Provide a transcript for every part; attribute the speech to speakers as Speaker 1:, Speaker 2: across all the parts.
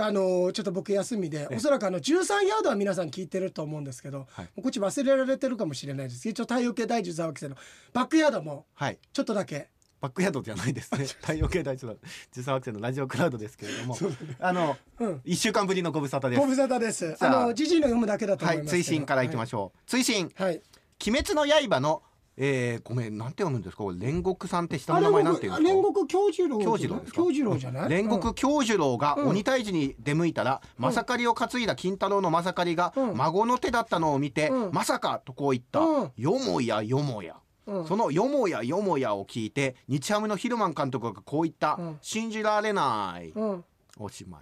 Speaker 1: あのちょっと僕休みで
Speaker 2: え
Speaker 1: おそらくあの13ヤードは皆さん聞いてると思うんですけど、
Speaker 2: はい
Speaker 1: こっち忘れられてるかもしれないですけど一応太陽系第13惑星のバックヤードも
Speaker 2: はい
Speaker 1: ちょっとだけ
Speaker 2: バックヤードじゃないですね太陽系第一の13惑星のラジオクラウドですけれども、あの
Speaker 1: うん
Speaker 2: 一週間ぶりのご無沙汰です
Speaker 1: ご無沙汰ですあ
Speaker 2: さあ
Speaker 1: のジジイの読むだけだと
Speaker 2: は
Speaker 1: 思い
Speaker 2: い
Speaker 1: ますけど
Speaker 2: 追伸からいきましょう、追伸
Speaker 1: はい、はい
Speaker 2: 鬼滅の刃のえー、ごめんなんて読むんですかこれ煉獄さんって下
Speaker 1: あ
Speaker 2: の
Speaker 1: れ
Speaker 2: 名前なんて言うんです
Speaker 1: 煉
Speaker 2: か
Speaker 1: 獄京次郎じゃない
Speaker 2: 京次郎ですか
Speaker 1: 京次郎じゃない
Speaker 2: 煉獄京次郎が鬼退治に出向いたら、まさかりを担いだ金太郎のまさかりが
Speaker 1: うん
Speaker 2: 孫の手だったのを見て、
Speaker 1: うん
Speaker 2: まさかとこう言った、
Speaker 1: うん
Speaker 2: よもやよもや
Speaker 1: うんうん
Speaker 2: そのよもやよもやを聞いて日ハムのヒルマン監督がこう言った、
Speaker 1: うん
Speaker 2: 信じられない、
Speaker 1: うん
Speaker 2: おしまい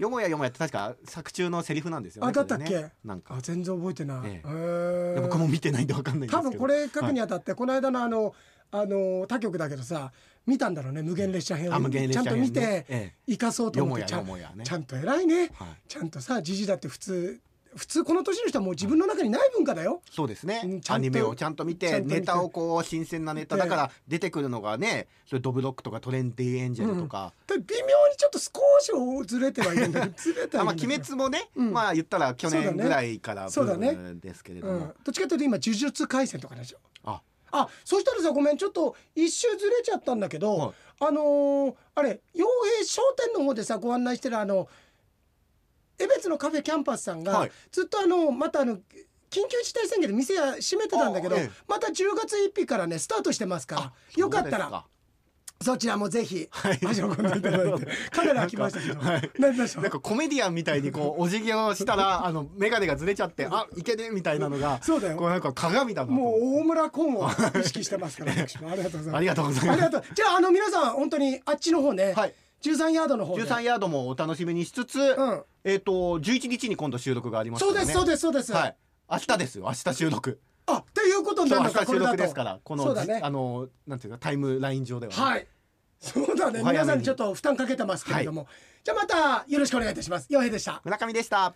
Speaker 2: よもやよもやって確か作中のセリフなんですよね
Speaker 1: あだったっけ
Speaker 2: これねなんか
Speaker 1: あ全然覚えてない、
Speaker 2: え
Speaker 1: へ
Speaker 2: え
Speaker 1: ー
Speaker 2: いや僕も見てないんでわかんないんです
Speaker 1: 多
Speaker 2: けど
Speaker 1: 分これ書くにあたって、この間のあのあの他局だけどさ見たんだろうね無限列車編
Speaker 2: あ
Speaker 1: を、
Speaker 2: 無限列
Speaker 1: ち
Speaker 2: 車
Speaker 1: ゃんと
Speaker 2: 編ね
Speaker 1: 見て、
Speaker 2: え
Speaker 1: 生かそうと思って
Speaker 2: よもや
Speaker 1: ちゃん
Speaker 2: よもやね
Speaker 1: ちゃんと偉いね
Speaker 2: はい、
Speaker 1: ちゃんとさじじだって普通普通この年の人はもう自分の中にない文化だよ
Speaker 2: そうですね
Speaker 1: うんちゃんと
Speaker 2: アニメをちゃんと見
Speaker 1: ちゃ
Speaker 2: て
Speaker 1: んと見て
Speaker 2: ネタをこう新鮮なネタだから出てくるのがねそれドブロックとかトレンディエンジェルとか、
Speaker 1: で微妙にちょっと少しずれてはいるんだけ どずれて
Speaker 2: あ
Speaker 1: はい
Speaker 2: まあ
Speaker 1: るんだけど
Speaker 2: 鬼滅もね、
Speaker 1: うん
Speaker 2: まあ言ったら去
Speaker 1: そうだ
Speaker 2: 年
Speaker 1: ね
Speaker 2: ぐらいから
Speaker 1: そうだね
Speaker 2: ブームですけれども、
Speaker 1: うん、どっちかというと今呪術廻戦とかでしょ
Speaker 2: あ
Speaker 1: あそしたらさごめんちょっと一周ずれちゃったんだけど、
Speaker 2: はい
Speaker 1: あのーあれ洋平商店の方でさご案内してるあの江別のカフェキャンパスさんが、
Speaker 2: はい
Speaker 1: ずっとあのまたあの緊急事態宣言で店は閉めてたんだけど、
Speaker 2: あええ
Speaker 1: また10月1日からねスタートしてますからよかった
Speaker 2: そう
Speaker 1: らそちらもぜひ
Speaker 2: はい
Speaker 1: 足を運んでいただいて カメラ来ましたけど
Speaker 2: なんかはい
Speaker 1: 何でし
Speaker 2: です
Speaker 1: ょ
Speaker 2: かなん
Speaker 1: う
Speaker 2: かコメディアンみたいにこうお辞儀をし たらあの眼鏡がずれちゃってあいけねえみたいなのが
Speaker 1: そうだよ
Speaker 2: こうなんか鏡だなと
Speaker 1: も
Speaker 2: 思
Speaker 1: う
Speaker 2: っ
Speaker 1: 大村コンを意識してますから私もありがとうござい
Speaker 2: て
Speaker 1: ます
Speaker 2: ありがとうござい
Speaker 1: あ
Speaker 2: ま
Speaker 1: り
Speaker 2: す
Speaker 1: がとう。じゃあ、あの、皆さん、本当に、あっちの方ね。
Speaker 2: はい
Speaker 1: 13ヤードの方で。
Speaker 2: 13ヤードもお楽しみにしつつ、
Speaker 1: ん
Speaker 2: えっ、と11日に今度収録がありますか
Speaker 1: そう
Speaker 2: ら
Speaker 1: で
Speaker 2: ね
Speaker 1: す、そうです、そうです。
Speaker 2: はい明日ですよ明日収録
Speaker 1: あ、っていうことにな
Speaker 2: 今
Speaker 1: る
Speaker 2: 日
Speaker 1: のか、
Speaker 2: 明日
Speaker 1: こ
Speaker 2: 収
Speaker 1: れだ
Speaker 2: 録
Speaker 1: と。
Speaker 2: ですからこの
Speaker 1: そうだ
Speaker 2: じ
Speaker 1: ね。
Speaker 2: あのなんていうかタイムライン上ではね、
Speaker 1: はい。そうだね。
Speaker 2: お早めに
Speaker 1: 皆さんにちょっと負担かけてますけれども。じゃあ、また、よろしくお願いいたします。洋平でした。
Speaker 2: 村上でした